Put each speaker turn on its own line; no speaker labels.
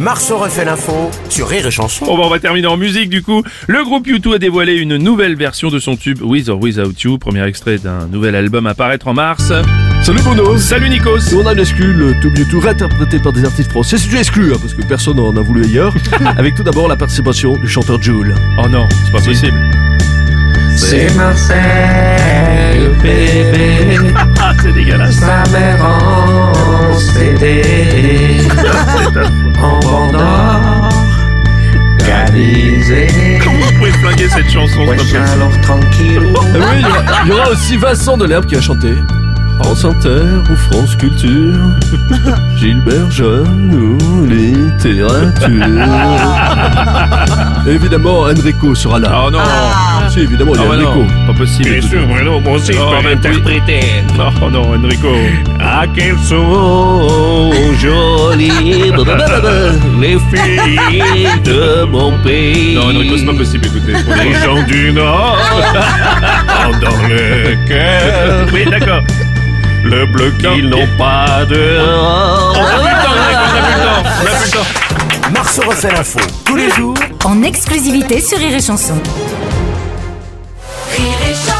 Marceau refait l'info sur Rire et Chanson.
Bon, bah, on va terminer en musique du coup. Le groupe U2 a dévoilé une nouvelle version de son tube With or Without You, premier extrait d'un nouvel album à paraître en mars.
Salut Bono
Salut Nikos
On a une exclu, le Tube You Tour interprété par des artistes français. C'est une exclu, hein, parce que personne n'en a voulu ailleurs. Avec tout d'abord la participation du chanteur Jules.
Oh non, c'est pas possible.
C'est Marseille, bébé,
Ah, c'est dégueulasse.
ma mère en CD, en bandor, galisé,
Comment vous pouvez flinguer cette chanson s'il
wesh
vous plaît
alors tranquille,
Ah oui, il y aura- il y, aura aussi Vincent Delerme qui a chanté. France Inter ou France Culture, Gilbert Jeune ou littérature. Évidemment, Enrico sera là.
Oh non
Si, évidemment, il y
Ah,
a
bah, non.
Enrico.
Pas possible.
Bien sûr, Bruno, moi aussi,
Oh,
je peux
mais oui.
l'interpréter.
Oh non, Enrico.
Ah, qu'elles
Oh,
sont jolies, les filles de mon pays.
Non, Enrico, c'est pas possible, écoutez. Faut
Les
les-
gens du Nord ont dans le cœur
Oui, d'accord.
le bleu qu'ils
Non.
n'ont pas de.
On a plus le temps.
Marceau refait l'info tous les jours
en exclusivité sur Rire et Chanson. Rire et Chanson.